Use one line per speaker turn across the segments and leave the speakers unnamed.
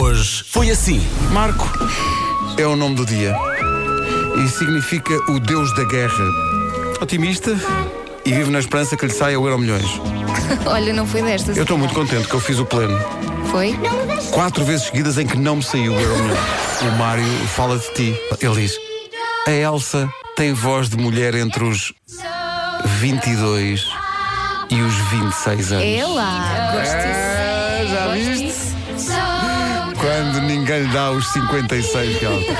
Hoje foi assim.
Marco é o nome do dia e significa o Deus da Guerra. Otimista e vive na esperança que lhe saia o Euro Milhões.
Olha, não foi desta.
Eu estou muito contente que eu fiz o pleno.
Foi?
Quatro vezes seguidas em que não me saiu o Euro Milhões. O Mário fala de ti. Ele diz: A Elsa tem voz de mulher entre os 22 e os 26 anos.
É lá. Gosto
É, já
Gosto
viste?
disso.
Quando ninguém lhe dá os 56 que ela tem.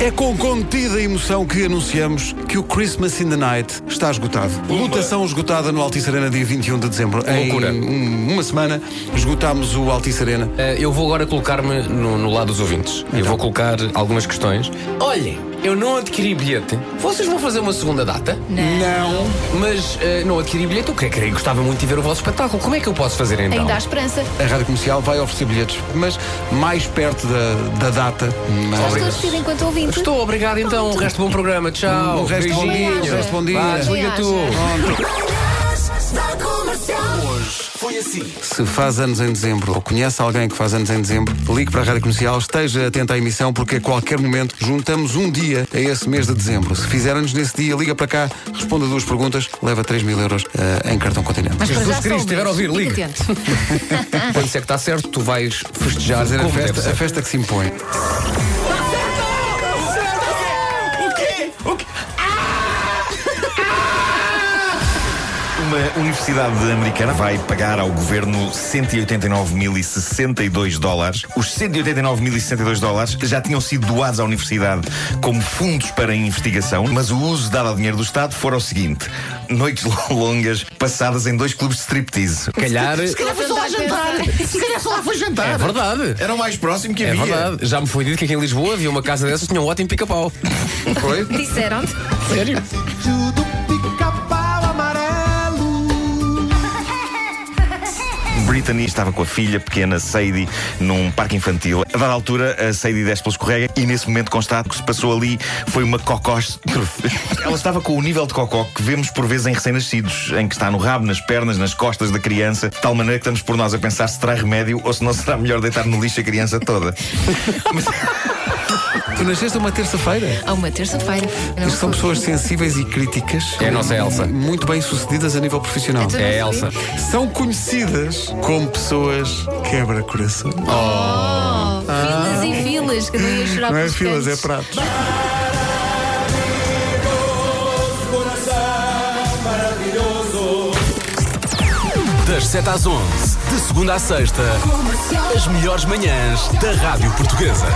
É com contida emoção que anunciamos que o Christmas in the Night está esgotado. Lotação esgotada no Altice Arena dia 21 de dezembro.
Loucura.
Em um- uma semana esgotámos o Altice Arena.
Eh, eu vou agora colocar-me no, no lado dos ouvintes. Eu vou colocar algumas questões. Olhem, eu não adquiri bilhete. Vocês vão fazer uma segunda data?
Não.
Mas eh, não adquiri bilhete, eu creio, creio, gostava muito de ver o vosso espetáculo. Como é que eu posso fazer então?
Ainda há esperança.
A Rádio Comercial vai oferecer bilhetes, mas mais perto da, da data.
Estás
Não.
tão vestido enquanto ouvinte.
Estou, obrigado então. O resto bom programa. Tchau.
O resto bom dia,
Beijinho.
o resto bom dia.
Vá, desliga tu.
Se faz anos em dezembro ou conhece alguém que faz anos em dezembro, ligue para a Rádio Comercial, esteja atento à emissão, porque a qualquer momento juntamos um dia a esse mês de dezembro. Se fizer anos nesse dia, liga para cá, responda duas perguntas, leva 3 mil euros eh, em cartão continente.
Mas para já
Jesus
só um
Cristo,
ouvintes.
tiver a ouvir,
Fica
ligue.
atento.
Quando disser que está certo, tu vais festejar
Fazer a
como deve
festa,
ser.
a festa que se impõe.
Uma universidade americana vai pagar ao governo 189.062 dólares. Os 189.062 dólares já tinham sido doados à universidade como fundos para a investigação, mas o uso dado ao dinheiro do Estado fora o seguinte: noites longas passadas em dois clubes de striptease.
Calhar.
calhar foi É só lá jantar! Se calhar só lá foi jantar!
É verdade.
Era o mais próximo que
É
havia.
verdade. Já me foi dito que aqui em Lisboa havia uma casa dessas que tinha um ótimo pica-pau.
Foi?
Disseram-te.
Sério?
Brittany estava com a filha pequena Sadie num parque infantil. A dada altura, a Sadie desce pela escorrega e nesse momento constato que se passou ali foi uma cocóstrofe. Ela estava com o nível de cocó que vemos por vezes em recém-nascidos, em que está no rabo, nas pernas, nas costas da criança, de tal maneira que estamos por nós a pensar se terá remédio ou se não será melhor deitar no lixo a criança toda.
Tu nasceste uma terça-feira.
Há uma terça-feira. Não
Isto são
foi.
pessoas sensíveis e críticas.
É a nossa Elsa.
Muito bem sucedidas a nível profissional.
Tu não
É a
sabia?
Elsa.
São conhecidas como pessoas quebra-coração.
Oh, filas e filas. Cada um ia chorar
Não é
pelos
filas, é
cantos.
pratos.
Das 7 às 11, de segunda à sexta, as melhores manhãs da Rádio Portuguesa.